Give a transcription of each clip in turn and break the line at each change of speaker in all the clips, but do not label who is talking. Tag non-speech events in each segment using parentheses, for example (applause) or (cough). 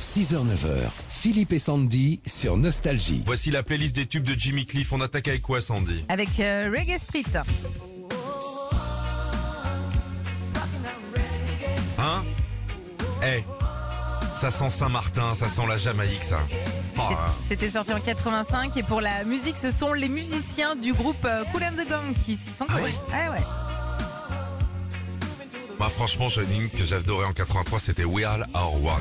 6h-9h, Philippe et Sandy sur Nostalgie.
Voici la playlist des tubes de Jimmy Cliff. On attaque avec quoi, Sandy
avec euh, Reggae Street.
Hein Eh Ça sent Saint-Martin, ça sent la Jamaïque, ça. Oh, hein.
C'était sorti en 85 et pour la musique, ce sont les musiciens du groupe euh, Cool and the Gang qui s'y sont
Ah
collés. Ouais, ouais.
Moi, Bah, franchement, j'ai une ligne que j'adorais en 83, c'était We All Are One.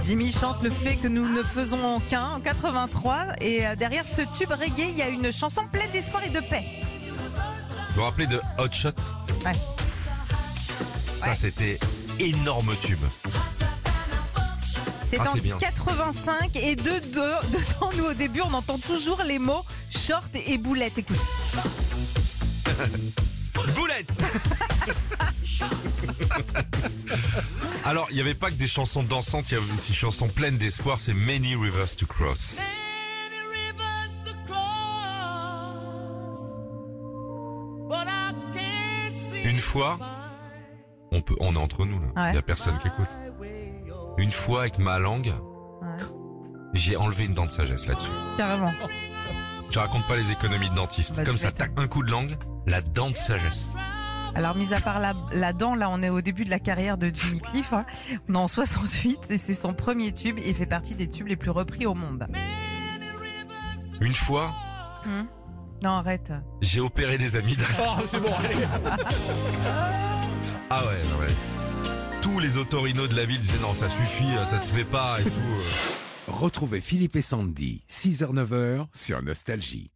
Jimmy chante le fait que nous ne faisons qu'un en 83 et euh, derrière ce tube reggae, il y a une chanson pleine d'espoir et de paix.
Vous vous rappelez de Hot Shot
Ouais.
Ça,
Ouais.
c'était énorme tube.
C'est
Ah,
en
c'est bien.
85 et de, de- dedans, nous au début, on entend toujours les mots short et boulette. Écoute.
Boulette (laughs) Alors, il n'y avait pas que des chansons dansantes, il y avait aussi des chansons pleines d'espoir, c'est Many Rivers to Cross.
many rivers to cross, but I can't see
Une fois, on, peut, on est entre nous, là. il
Ouais.
n'y a personne qui écoute.
my way. Oh,
Une fois, avec ma langue, j'ai enlevé une dent de sagesse là-dessus.
Carrément.
Tu racontes pas les économies de dentiste.
Bah,
Comme
tu
ça,
m'étonnes.
tac, un coup de langue, la dent de sagesse.
Alors, mis à part la, la dent, là, on est au début de la carrière de Jimmy Cliff. hein. On est en 68 et c'est son premier tube. Il fait partie des tubes les plus repris au monde.
Une fois,
Hmm. Non, arrête.
j'ai opéré des amygdales. Ah ouais, non, ouais. Tous les autorinos de la ville disaient non, ça suffit, euh, ça se fait pas et tout. euh.
Retrouvez Philippe et Sandy, 6h-9h sur Nostalgie.